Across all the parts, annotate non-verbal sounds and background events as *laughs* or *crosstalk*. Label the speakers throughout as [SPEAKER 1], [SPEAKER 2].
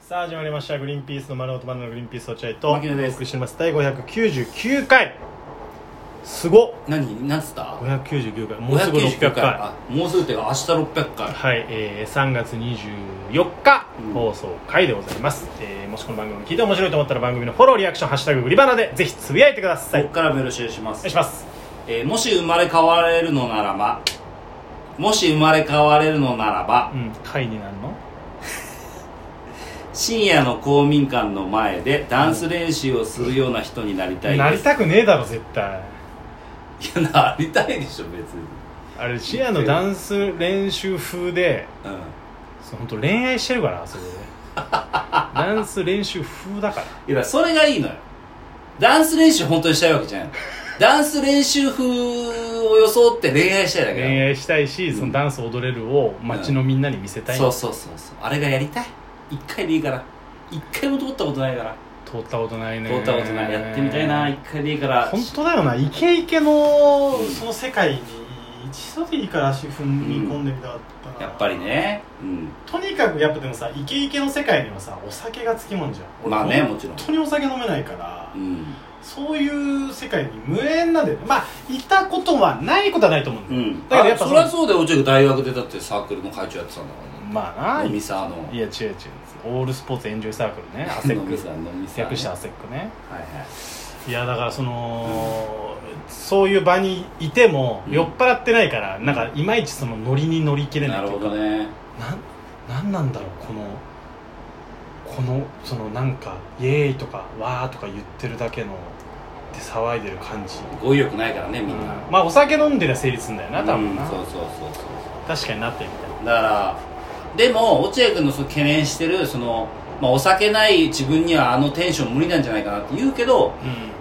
[SPEAKER 1] さあ始まりました「グリーンピースの丸尾と丸のグリーンピース落合」とお
[SPEAKER 2] 牧野です
[SPEAKER 1] 送りしております第599回すごっ
[SPEAKER 2] 何何つった
[SPEAKER 1] 599回もうすぐ600
[SPEAKER 2] 599
[SPEAKER 1] 回
[SPEAKER 2] あもうすぐっていうか明日600回
[SPEAKER 1] はい、えー、3月24日
[SPEAKER 2] うん
[SPEAKER 1] 放送回でございます、えーもしこの番組聞いて面白いと思ったら番組のフォローリアクション「ハッシュタググリバナ」でぜひつぶやいてください
[SPEAKER 2] こ
[SPEAKER 1] お
[SPEAKER 2] っからメールシェアします
[SPEAKER 1] 願いします
[SPEAKER 2] えーもし生まれ変われるのならばもし生まれ変われるのならば
[SPEAKER 1] うん回になるの
[SPEAKER 2] 深夜の公民館の前でダンス練習をするような人になりたい
[SPEAKER 1] な
[SPEAKER 2] で
[SPEAKER 1] り
[SPEAKER 2] す
[SPEAKER 1] たくねえだろ絶対
[SPEAKER 2] いやなりたいでしょ別に
[SPEAKER 1] あれシアのダンス練習風で
[SPEAKER 2] うん
[SPEAKER 1] そう本当恋愛してるからそれ *laughs* でダンス練習風だから
[SPEAKER 2] いやそれがいいのよダンス練習本当にしたいわけじゃないのダンス練習風を装って恋愛したいだけだ
[SPEAKER 1] 恋愛したいし、そのダンス踊れるを街のみんなに見せたい、
[SPEAKER 2] そう
[SPEAKER 1] 通
[SPEAKER 2] そうそうそうあれがやりたい一回でいいから一回も通ったことないから
[SPEAKER 1] ったことないね
[SPEAKER 2] 通ったことないやってみたいな一回でいいから
[SPEAKER 1] 本当だよなイケイケの
[SPEAKER 2] うん
[SPEAKER 3] その世界に一度でいいから足踏み込んでみたかったな、
[SPEAKER 2] やっぱりねうん
[SPEAKER 3] とにかくやっぱでもさイケイケの世界にはさお酒がつきもんじゃん俺
[SPEAKER 2] まあねもちろん
[SPEAKER 3] 本当にお酒飲めないから、
[SPEAKER 2] うん
[SPEAKER 3] そういう世界に無縁なんだよねまあいたことはないことはないと思うん
[SPEAKER 2] う
[SPEAKER 3] だよ、だけ
[SPEAKER 2] ん
[SPEAKER 3] どやっぱそ
[SPEAKER 2] あそ
[SPEAKER 3] の
[SPEAKER 2] りゃそうだよ落合君大学でだってサークルの会長やってたんだ
[SPEAKER 1] ま
[SPEAKER 2] か
[SPEAKER 1] あない
[SPEAKER 2] ら飲
[SPEAKER 1] や
[SPEAKER 2] みさの
[SPEAKER 1] 違う違うオールスポーツエンジョイサークルねアセッ
[SPEAKER 2] 飲みさ
[SPEAKER 1] ク
[SPEAKER 2] 飲みさ
[SPEAKER 1] 略してアセックね
[SPEAKER 2] はいはい
[SPEAKER 1] いやだからその、そういう場にいても
[SPEAKER 2] うん
[SPEAKER 1] 酔っ払ってないから、なんかいまいちそのノリに乗りきれない
[SPEAKER 2] な
[SPEAKER 1] って
[SPEAKER 2] る
[SPEAKER 1] いう
[SPEAKER 2] ほ
[SPEAKER 1] か
[SPEAKER 2] どね
[SPEAKER 1] なんなんなんだろうこのこのそのなんか「イエーイ!」とか「わー!」とか言ってるだけので騒いでる感じ、
[SPEAKER 2] 語彙力ないからねみんな
[SPEAKER 1] うんまあお酒飲んでりゃ成立するんだよな多
[SPEAKER 2] う
[SPEAKER 1] 分
[SPEAKER 2] ん
[SPEAKER 1] な、
[SPEAKER 2] そうそうそうそう
[SPEAKER 1] 確かになってみたい
[SPEAKER 2] だからでも落合君のその懸念してるその、まあ、お酒ない自分にはあのテンション無理なんじゃないかなって言うけど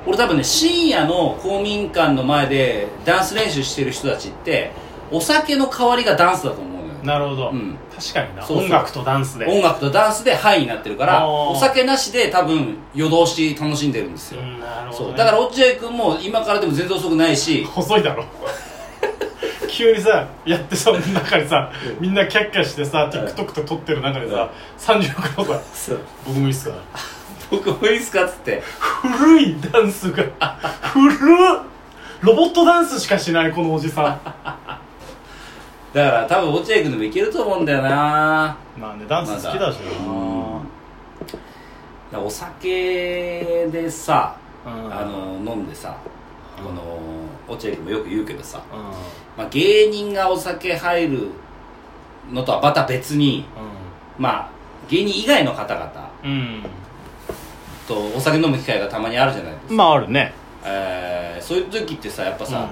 [SPEAKER 2] 俺多分ね深夜の公民館の前でダンス練習してる人たちってお酒の代わりがダンスだと思うのよ
[SPEAKER 1] なるほど、
[SPEAKER 2] うん
[SPEAKER 1] 確かにな
[SPEAKER 2] そうそう
[SPEAKER 1] 音楽とダンスで
[SPEAKER 2] 音楽とダンスでハイになってるから
[SPEAKER 1] あー
[SPEAKER 2] お酒なしで多分夜通し楽しんでるんですよ、
[SPEAKER 1] うんなるほど、
[SPEAKER 2] そう
[SPEAKER 1] ね、
[SPEAKER 2] だから落合君も今からでも全然遅くないし
[SPEAKER 3] 細いだろ急にさやってさ中にさみんなキャッキャしてさ TikTok と撮ってる中でさ36のさ僕もいいっすか
[SPEAKER 2] 僕もいいっすかっつって
[SPEAKER 3] 古いダンスが古っロボットダンスしかしないこのおじさん
[SPEAKER 2] だから多分落合君でもいけると思うんだよな
[SPEAKER 1] まあねダンス好きだしな、
[SPEAKER 2] だからお酒でさ、
[SPEAKER 1] うん
[SPEAKER 2] あの飲んでさ、この落合君もよく言うけどさ、
[SPEAKER 1] うん
[SPEAKER 2] まあ、芸人がお酒入るのとはまた別にまあ芸人以外の方々
[SPEAKER 1] うん、
[SPEAKER 2] とお酒飲む機会がたまにあるじゃないですか、
[SPEAKER 1] まああるね
[SPEAKER 2] えーそういう時ってさやっぱさ、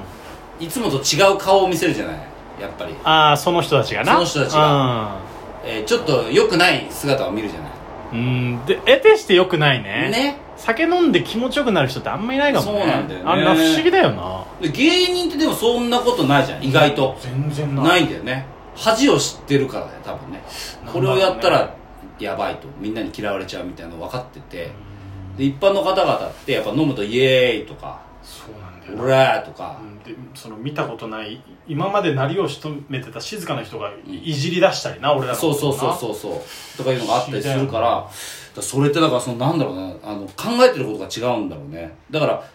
[SPEAKER 1] う
[SPEAKER 2] いつもと違う顔を見せるじゃないやっぱり、
[SPEAKER 1] んああその人たちがな
[SPEAKER 2] その人たちがえーちょっと良くない姿を見るじゃない
[SPEAKER 1] うん、うん、で得てしてよくないね
[SPEAKER 2] ね
[SPEAKER 1] 酒飲んで気持ちよくなる人ってあんまいないかもね
[SPEAKER 2] そうなんだよね
[SPEAKER 1] あんな不思議だよな
[SPEAKER 2] で芸人ってでもそんなことないじゃん意外と
[SPEAKER 3] 全然ない
[SPEAKER 2] ないんだよね恥を知ってるからだよ多分ねこれをやったらやばいとみんなに嫌われちゃうみたいなの分かっててで一般の方々ってやっぱ飲むとイエーイとか
[SPEAKER 3] そうなんだよ
[SPEAKER 2] オラーとか
[SPEAKER 3] うんでその見たことない今まで鳴りをしとめてた静かな人がいいじり出したりな、俺らの
[SPEAKER 2] そうそう
[SPEAKER 3] こと
[SPEAKER 2] そ
[SPEAKER 3] な
[SPEAKER 2] うそうそうとかいうのがあったりするからだからそれってだからそのなんだろうなあの考えてることが違うんだろうねだから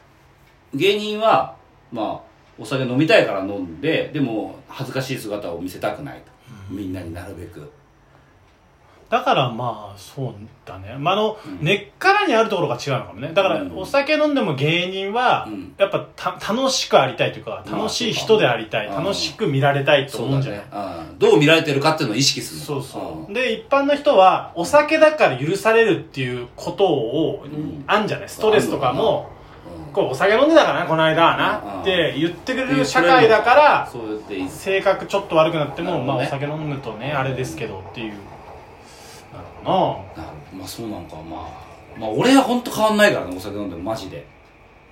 [SPEAKER 2] 芸人はまあお酒飲みたいから飲んででも恥ずかしい姿を見せたくないとみんなになるべく
[SPEAKER 1] だからまあそうだね、まあ、あの、
[SPEAKER 2] うん
[SPEAKER 1] 根っからにあるところが違うのかもねだから
[SPEAKER 2] うん
[SPEAKER 1] お酒飲んでも芸人は、
[SPEAKER 2] うん
[SPEAKER 1] やっぱた楽しくありたいというか
[SPEAKER 2] まあ
[SPEAKER 1] 楽しい人でありたい、
[SPEAKER 2] そうか
[SPEAKER 1] 楽しく見られたいと
[SPEAKER 2] そう
[SPEAKER 1] 思う
[SPEAKER 2] だ
[SPEAKER 1] んじゃない
[SPEAKER 2] ねうんどう見られてるかっていうのを意識するの
[SPEAKER 3] そうそ
[SPEAKER 2] ん
[SPEAKER 1] で一般の人はお酒だから許されるっていうことを、
[SPEAKER 2] ん
[SPEAKER 1] あんじゃないストレスとかも
[SPEAKER 2] うん
[SPEAKER 1] こうお酒飲んでたからなこの間はな、
[SPEAKER 2] うん
[SPEAKER 1] って言ってくれる社会だから、
[SPEAKER 2] そうやっていいです
[SPEAKER 1] 性格ちょっと悪くなっても、
[SPEAKER 2] なるほ
[SPEAKER 1] まあ
[SPEAKER 2] ど
[SPEAKER 1] お
[SPEAKER 2] ね
[SPEAKER 1] 酒飲むとねあれですけどっていうなるほ
[SPEAKER 2] なるまあそうなんかまあまあ俺は本当変わんないからねお酒飲んでもマジで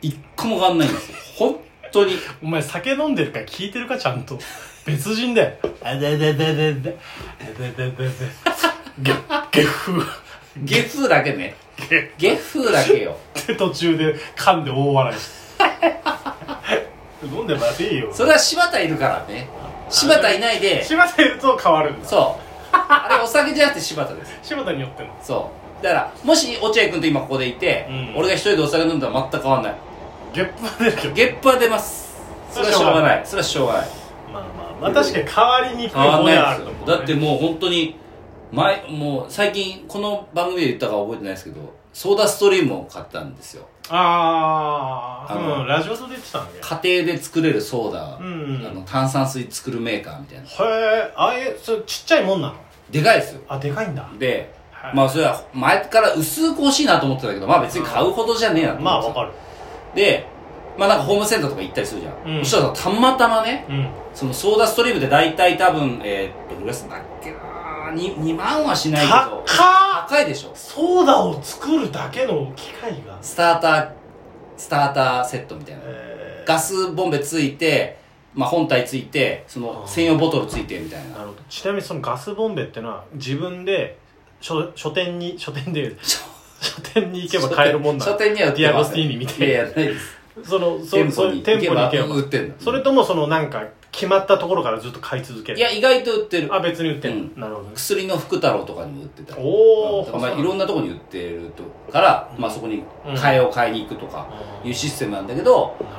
[SPEAKER 2] 一個も変わんないんです *laughs* よ本当に
[SPEAKER 1] どなお前酒飲んでるか聞いてるかちゃん
[SPEAKER 2] *laughs*
[SPEAKER 1] と別人だよあでででででででででゲゲフ
[SPEAKER 2] ゲフだけねゲフだけよ
[SPEAKER 1] って途中で噛んで大笑いして飲んでもらっていいよ
[SPEAKER 2] それは柴田いるからね柴田いないで
[SPEAKER 1] 島さんいると変わるんだ
[SPEAKER 2] そうあれお酒じゃなくて柴田です
[SPEAKER 1] 柴田によっての
[SPEAKER 2] そうだからもし落合君と今ここでいて、
[SPEAKER 1] うん
[SPEAKER 2] 俺が一人でお酒飲んだら全く変わんない
[SPEAKER 1] ゲップは出るけど
[SPEAKER 2] ゲップは出ますそれはしょうがないそれはしょうがない
[SPEAKER 1] まあまあまあ確かに変わりにくい
[SPEAKER 2] 変わん
[SPEAKER 1] もや
[SPEAKER 2] な
[SPEAKER 1] あ
[SPEAKER 2] い
[SPEAKER 1] ると
[SPEAKER 2] で
[SPEAKER 1] 思う、
[SPEAKER 2] す
[SPEAKER 1] ね、
[SPEAKER 2] よだってもう本当に前もう最近この番組で言ったか覚えてないですけどソーダストリームを買ったんですよ
[SPEAKER 1] あ
[SPEAKER 2] あ
[SPEAKER 1] あ
[SPEAKER 2] の
[SPEAKER 1] うんラジオと出てたんだ
[SPEAKER 2] 家庭で作れるソーダ、
[SPEAKER 1] うん
[SPEAKER 2] あの炭酸水作るメーカーみたいな
[SPEAKER 1] へえああいうそれちっちゃいもんなの
[SPEAKER 2] でかいですよ
[SPEAKER 1] あでかいんだ
[SPEAKER 2] で、
[SPEAKER 1] はい
[SPEAKER 2] まあそれは前から薄く欲しいなと思ってたけどまあ別に買うほどじゃねえなと思ってた
[SPEAKER 1] まあわかる
[SPEAKER 2] でまあなんかホームセンターとか行ったりするじゃん、
[SPEAKER 1] うん
[SPEAKER 2] そしたらたまたまね
[SPEAKER 1] うん
[SPEAKER 2] そのソーダストリームで大体多分えー、っとどれぐらいすんだっけな 2, 2万はしないけ
[SPEAKER 1] 高
[SPEAKER 2] ど
[SPEAKER 1] っ
[SPEAKER 2] 高いでしょ
[SPEAKER 1] ソーダを作るだけの機械が
[SPEAKER 2] スタータースターターセットみたいな
[SPEAKER 1] えー
[SPEAKER 2] ガスボンベついて、まあ、本体ついてその専用ボトルついてみたい
[SPEAKER 1] な
[SPEAKER 2] な
[SPEAKER 1] るほどちなみにそのガスボンベってのは自分で書書店に書店で
[SPEAKER 2] *laughs*
[SPEAKER 1] 言う
[SPEAKER 2] 書
[SPEAKER 1] 書店に行けば買えるもんな
[SPEAKER 2] 書
[SPEAKER 1] の
[SPEAKER 2] 店には売って
[SPEAKER 1] ディア
[SPEAKER 2] ま
[SPEAKER 1] ゴ
[SPEAKER 2] す
[SPEAKER 1] スティーニみた
[SPEAKER 2] い
[SPEAKER 1] い
[SPEAKER 2] や
[SPEAKER 1] ない
[SPEAKER 2] やないです
[SPEAKER 1] そのそ
[SPEAKER 2] 店
[SPEAKER 1] そ
[SPEAKER 2] 舗
[SPEAKER 1] う
[SPEAKER 2] に
[SPEAKER 1] 店舗に行けば
[SPEAKER 2] 売ってんの
[SPEAKER 1] それともそのなんか決まったところからずっと買い続ける
[SPEAKER 2] いや意外と売ってる
[SPEAKER 1] あ別に売ってんの、
[SPEAKER 2] う
[SPEAKER 1] なるほどね
[SPEAKER 2] 薬の福太郎とかにも売ってたり
[SPEAKER 1] お
[SPEAKER 2] だ
[SPEAKER 1] お、
[SPEAKER 2] からまあいろんなとこに売ってるとから、まあ、そこに替えを買いに行くとかいうシステムなんだけど、
[SPEAKER 1] なるほどね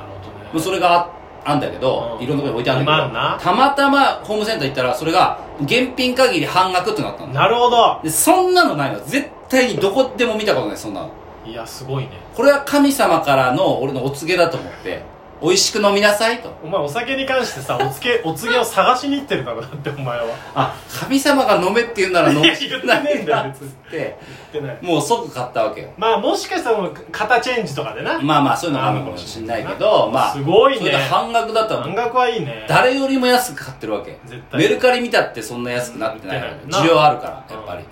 [SPEAKER 2] もうそれがああんだけど、
[SPEAKER 1] うん
[SPEAKER 2] いろんなとこに置いてあるんだけど、
[SPEAKER 1] まあな
[SPEAKER 2] たまたまホームセンター行ったらそれが現品限り半額ってなったの
[SPEAKER 1] なるほど
[SPEAKER 2] でそんなのないの絶対にどこでも見たことないそんなの
[SPEAKER 1] いやすごいね
[SPEAKER 2] これは神様からの俺のお告げだと思って美味しく飲みなさいと
[SPEAKER 1] お前お酒に関してさおつ
[SPEAKER 2] *laughs*
[SPEAKER 1] けお告げを探しに行ってるだろだってお前は
[SPEAKER 2] あ神様が飲めって言うなら飲め
[SPEAKER 1] いや言ってねえんだよ
[SPEAKER 2] っ
[SPEAKER 1] 別
[SPEAKER 2] つ
[SPEAKER 1] に
[SPEAKER 2] って
[SPEAKER 1] 言ってない
[SPEAKER 2] もう即買ったわけよ
[SPEAKER 1] まあもしかしたらその型チェンジとかでな、
[SPEAKER 2] まあまあそういうのがあるのかもしれないけどまあ
[SPEAKER 1] すごい
[SPEAKER 2] それ
[SPEAKER 1] ね
[SPEAKER 2] が半額だったら
[SPEAKER 1] 半額はいいね
[SPEAKER 2] 誰よりも安く買ってるわけ
[SPEAKER 1] 絶対
[SPEAKER 2] メルカリ見たってそんな安くなってないから
[SPEAKER 1] うん
[SPEAKER 2] 需要あるから
[SPEAKER 1] うん
[SPEAKER 2] やっぱり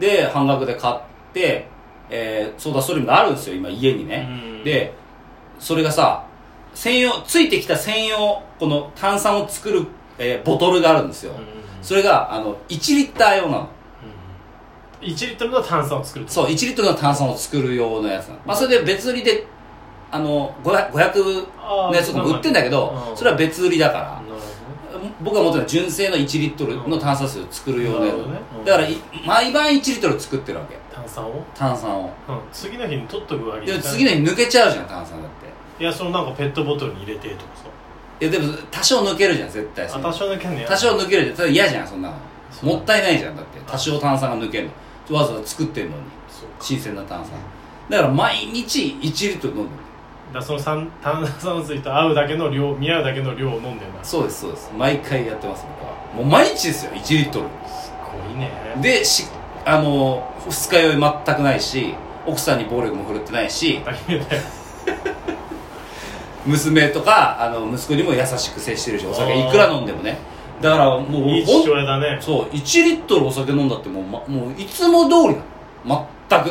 [SPEAKER 2] で半額で買って、えー、ソーダストリームがあるんですよ今家にね
[SPEAKER 1] うん
[SPEAKER 2] でそれがさ専用ついてきた専用この炭酸を作る、えーボトルがあるんですよ、
[SPEAKER 1] うんうん
[SPEAKER 2] それがあの1リッター用なの
[SPEAKER 1] うん1リットルの炭酸を作る
[SPEAKER 2] そう1リットルの炭酸を作る用のやつなの、まあ、それで別売りであの 500, 500
[SPEAKER 1] あー
[SPEAKER 2] のやつとかも売ってんだけど
[SPEAKER 1] うん
[SPEAKER 2] それは別売りだから
[SPEAKER 1] なるほどね
[SPEAKER 2] 僕が持ってるのは純正の1リットルの炭酸水を作る用のやつ
[SPEAKER 1] うんなるほどね
[SPEAKER 2] だからい毎晩1リットル作ってるわけ
[SPEAKER 1] 炭酸を、
[SPEAKER 2] 炭酸を
[SPEAKER 1] うん、次の日に取っとくわけ
[SPEAKER 2] でも次の
[SPEAKER 1] 日
[SPEAKER 2] 日抜けちゃうじゃん炭酸だっ
[SPEAKER 1] いやそのなんかペットボトルに入れてとか
[SPEAKER 2] ていやでも多少抜けるじゃん絶対
[SPEAKER 1] さ
[SPEAKER 2] そ
[SPEAKER 1] あ
[SPEAKER 2] の
[SPEAKER 1] 多少抜けんねや
[SPEAKER 2] 多少抜けるじゃんそれ嫌じゃんそんなの
[SPEAKER 1] そう
[SPEAKER 2] もったいないじゃんだって多少炭酸が抜けるのわざわざ作ってんのに
[SPEAKER 1] そう
[SPEAKER 2] 新鮮な炭酸だから毎日1リットル飲んでる
[SPEAKER 1] だその酸炭酸水と合うだけの量見合うだけの量を飲んでんだす
[SPEAKER 2] そうですそうです毎回やってます僕はもう毎日ですよ1リットル
[SPEAKER 1] ごいね
[SPEAKER 2] でしあの二日酔い全くないし奥さんに暴力も振るってないし
[SPEAKER 1] 大変だよ
[SPEAKER 2] 娘とかあの息子にも優しく接してるしお酒いくら飲んでもねだからもう
[SPEAKER 1] いい
[SPEAKER 2] ほん
[SPEAKER 1] 父親だね
[SPEAKER 2] そう1リットルお酒飲んだってもう,、ま、もういつも通りなの全く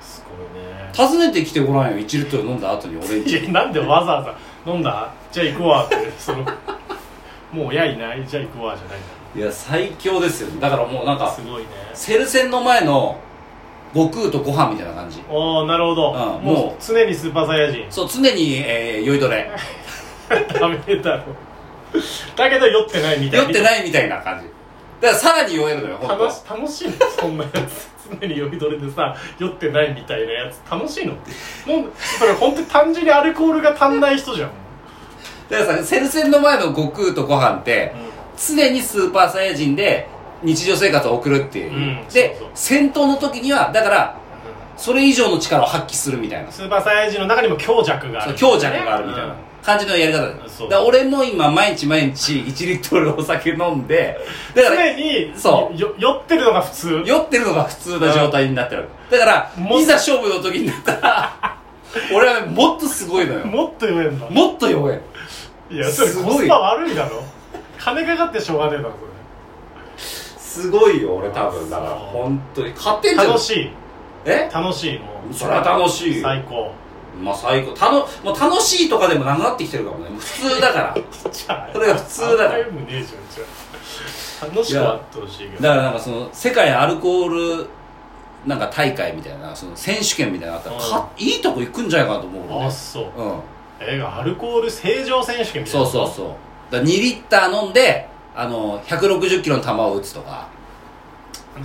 [SPEAKER 1] すごいね
[SPEAKER 2] 訪ねてきてごらんよ1リットル飲んだ後に俺ん
[SPEAKER 1] い
[SPEAKER 2] ち
[SPEAKER 1] や *laughs* なんでわざわざ飲んだじゃあ行こうわって *laughs* そのもう親いないじゃあ行こうわじゃないん
[SPEAKER 2] いや最強ですよねだからもうなん
[SPEAKER 1] だ
[SPEAKER 2] か
[SPEAKER 1] すごいね
[SPEAKER 2] セル戦の前の悟空とご飯みたいな感じ
[SPEAKER 1] おおなるほど、
[SPEAKER 2] うん
[SPEAKER 1] もう
[SPEAKER 2] もう
[SPEAKER 1] 常にスーパーサイヤ人
[SPEAKER 2] そう常に、えー酔いど
[SPEAKER 1] *laughs*
[SPEAKER 2] れ
[SPEAKER 1] ダメだ *laughs* ろだけど酔ってないみたい
[SPEAKER 2] 酔ってないみたいな感じだからさらに酔えるのよ本当
[SPEAKER 1] 楽し楽しいの *laughs* そんなやつ常に酔いどれでさ酔ってないみたいなやつ楽しいのもうそれ本当に単純にアルコールが足んない人じゃん、
[SPEAKER 2] だからさセル戦の前の悟空とご飯って、常にスーパーサイヤ人で日常生活を送るっていう、
[SPEAKER 1] うん
[SPEAKER 2] で
[SPEAKER 1] そうそう
[SPEAKER 2] 戦闘の時にはだからそれ以上の力を発揮するみたいな、
[SPEAKER 1] スーパーサイヤ人の中にも強弱があ
[SPEAKER 2] そう
[SPEAKER 1] る
[SPEAKER 2] 強弱があるみたいな感じのやり方だ,、
[SPEAKER 1] そう
[SPEAKER 2] だから俺も今毎日毎日1リットルお酒飲ん
[SPEAKER 1] *laughs*
[SPEAKER 2] でだから
[SPEAKER 1] 常に
[SPEAKER 2] そう
[SPEAKER 1] よ酔ってるのが普通
[SPEAKER 2] 酔ってるのが普通な状態になってるだから
[SPEAKER 1] も
[SPEAKER 2] いざ勝負の時になったら *laughs* 俺はもっとすごいのよ
[SPEAKER 1] もっと酔えんだ
[SPEAKER 2] もっと弱い
[SPEAKER 1] いやそれ
[SPEAKER 2] す
[SPEAKER 1] コ
[SPEAKER 2] ごい
[SPEAKER 1] スパ悪いだろ金かかってしょうがねえだろそ
[SPEAKER 2] すごいよ俺多分だから
[SPEAKER 1] そう
[SPEAKER 2] 本当に勝って
[SPEAKER 1] れ
[SPEAKER 2] んじゃん
[SPEAKER 1] 楽しい
[SPEAKER 2] え
[SPEAKER 1] 楽しいもう
[SPEAKER 2] そりゃ楽しいよ
[SPEAKER 1] 最高
[SPEAKER 2] まあ最高たのもう楽しいとかでもなくなってきてるかもね普通だ
[SPEAKER 1] *laughs*
[SPEAKER 2] からだか
[SPEAKER 1] じゃあ
[SPEAKER 2] それが普通だろ
[SPEAKER 1] あんまりもねえじゃんじゃあ楽しくはあってほしいけど
[SPEAKER 2] らなんかその世界アルコールなんか大会みたいなその選手権みたいなのあったら、
[SPEAKER 1] うん
[SPEAKER 2] かいいとこ行くんじゃないかなと思う
[SPEAKER 1] あ
[SPEAKER 2] 俺ね
[SPEAKER 1] そう
[SPEAKER 2] うん
[SPEAKER 1] えアルコール正常選手権みたい
[SPEAKER 2] そ
[SPEAKER 1] な
[SPEAKER 2] うそうそうだから2リッター飲んであの160キロの球を打つとか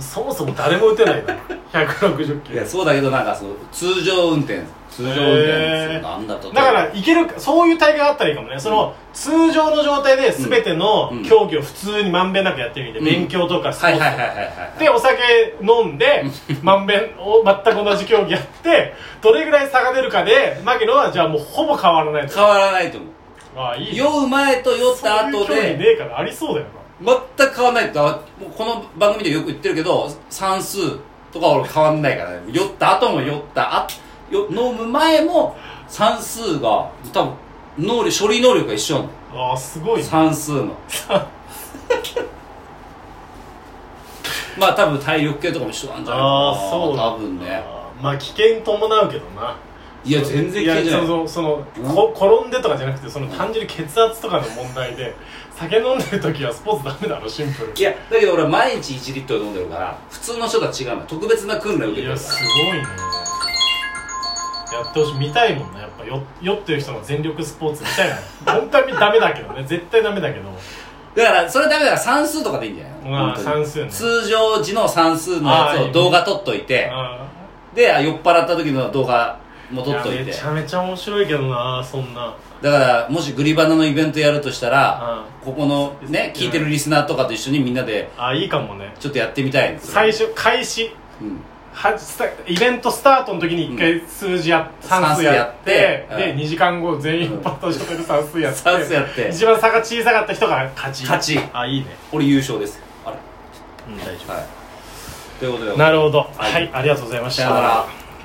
[SPEAKER 1] そもそも誰も打てない
[SPEAKER 2] *laughs*
[SPEAKER 1] な160キ
[SPEAKER 2] いや
[SPEAKER 1] ロ
[SPEAKER 2] そうだけどなんかそう通常運転通常運転です
[SPEAKER 1] へ
[SPEAKER 2] よ
[SPEAKER 1] ー
[SPEAKER 2] なんだと
[SPEAKER 1] だからいけるかそういう大会があったらいいかもねその、通常の状態で全ての
[SPEAKER 2] うん
[SPEAKER 1] 競技を普通にまんべんなくやってみて、
[SPEAKER 2] うん
[SPEAKER 1] 勉強とかスポーツ
[SPEAKER 2] はい
[SPEAKER 1] と
[SPEAKER 2] はい
[SPEAKER 1] か
[SPEAKER 2] はいはいはい
[SPEAKER 1] でお酒飲んでまんべんを全く同じ競技やってどれぐらい差が出るかで牧野はじゃあもうほぼ変わらないと
[SPEAKER 2] 変わらないと思う
[SPEAKER 1] ああいいね
[SPEAKER 2] 酔う前と酔っ
[SPEAKER 1] そう
[SPEAKER 2] た
[SPEAKER 1] いう
[SPEAKER 2] 後
[SPEAKER 1] 競技ね
[SPEAKER 2] で
[SPEAKER 1] えからありそうだよ
[SPEAKER 2] 全く変わらないだからもうこの番組でよく言ってるけど算数とかは俺変わんないからね酔った後も酔ったあよ飲む前も算数が多分能力処理能力が一緒なんだよ
[SPEAKER 1] なああすごいね
[SPEAKER 2] 算
[SPEAKER 1] *laughs*
[SPEAKER 2] 数のまあ多分体力系とかも一緒なんじゃないかな
[SPEAKER 1] ああそうだ
[SPEAKER 2] 多分ね
[SPEAKER 1] ああまあ危険伴うけどない
[SPEAKER 2] や全然危険じゃない
[SPEAKER 1] やそのその、こ転んでとかじゃなくてその単純に血圧とかの問題で酒飲んでる時はスポーツダメだろシンプル
[SPEAKER 2] いやだけど俺は毎日1リットル飲んでるから普通の人とは違うの特別な訓練を受け
[SPEAKER 1] い
[SPEAKER 2] てる
[SPEAKER 1] や
[SPEAKER 2] か
[SPEAKER 1] すごいねやってほしい見たいもんねやっぱ酔酔ってる人の全力スポーツみたいな本当はダメだけどね絶対ダメだけど
[SPEAKER 2] らだからそれダメだから算数とかでいいんじゃないの
[SPEAKER 1] まあ
[SPEAKER 2] 本当に
[SPEAKER 1] 算数ね
[SPEAKER 2] 通常時の算数のやつを動画撮っといて
[SPEAKER 1] あ
[SPEAKER 2] であ酔っ払った時の動画も
[SPEAKER 1] あい
[SPEAKER 2] 撮っ
[SPEAKER 1] や
[SPEAKER 2] といて
[SPEAKER 1] めちゃめちゃ面白いけどなそんな
[SPEAKER 2] だからもしグリバナのイベントやるとしたら
[SPEAKER 1] う
[SPEAKER 2] ここのね聞いてるリスナーとかと一緒にみんなで
[SPEAKER 1] あいいかもね
[SPEAKER 2] ちょっとやってみたいんですよ
[SPEAKER 1] 最初開始
[SPEAKER 2] うん
[SPEAKER 1] はスタイベントスタートの時に一回数字や、算数やって
[SPEAKER 2] 算数やって
[SPEAKER 1] で、
[SPEAKER 2] うん
[SPEAKER 1] 2時間後全員パッとしてる算数やって
[SPEAKER 2] 算数やって
[SPEAKER 1] 一番差が小さかった人が勝ち
[SPEAKER 2] 勝ち
[SPEAKER 1] あいいね
[SPEAKER 2] 俺優勝ですあれ
[SPEAKER 1] うん大丈
[SPEAKER 2] はいということで
[SPEAKER 1] 夫なるほど
[SPEAKER 2] はい
[SPEAKER 1] はい、ありがとうございまし
[SPEAKER 2] さよなら
[SPEAKER 1] た